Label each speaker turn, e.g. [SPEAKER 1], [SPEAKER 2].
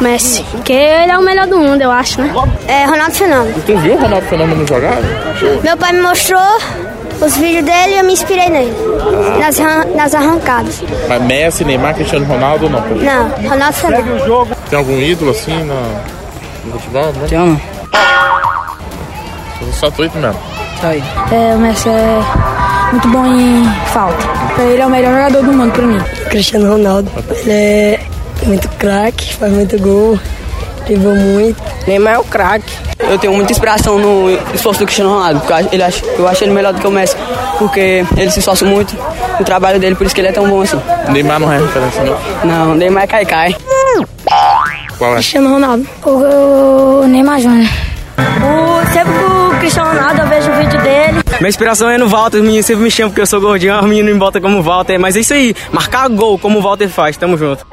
[SPEAKER 1] Messi. Porque ele é o melhor do mundo, eu acho, né?
[SPEAKER 2] É Ronaldo Fenômeno.
[SPEAKER 3] Tu viu o Ronaldo Fenômeno jogar?
[SPEAKER 2] Meu pai me mostrou os vídeos dele e eu me inspirei nele. Nas, arran- nas arrancadas.
[SPEAKER 3] Mas Messi, Neymar, Cristiano Ronaldo, não.
[SPEAKER 2] Não, Ronaldo Fenômeno.
[SPEAKER 3] Tem algum ídolo assim na- no futebol? né? Não?
[SPEAKER 4] Tem um.
[SPEAKER 3] Só tu mesmo.
[SPEAKER 4] Tá aí.
[SPEAKER 5] É, o Messi é muito bom em falta. Pra ele é o melhor jogador do mundo, pra mim.
[SPEAKER 6] Cristiano Ronaldo. Ele é muito craque, faz muito gol, driblou muito.
[SPEAKER 4] Neymar é o craque. Eu tenho muita inspiração no esforço do Cristiano Ronaldo. Porque eu acho- ele acho, eu acho ele melhor do que o Messi. Porque ele se esforça muito no trabalho dele, por isso que ele é tão bom assim.
[SPEAKER 3] Neymar não é referência, não.
[SPEAKER 4] Não, Neymar é cai-cai.
[SPEAKER 3] Qual é?
[SPEAKER 1] Cristiano Ronaldo.
[SPEAKER 5] O Neymar Júnior.
[SPEAKER 1] O, sempre que o Cristiano Ronaldo eu vejo o vídeo dele.
[SPEAKER 7] Minha inspiração é no Walter, os meninos sempre me chamam porque eu sou gordinho, os meninos me botam como Walter, mas é isso aí, marcar gol como o Walter faz, tamo junto.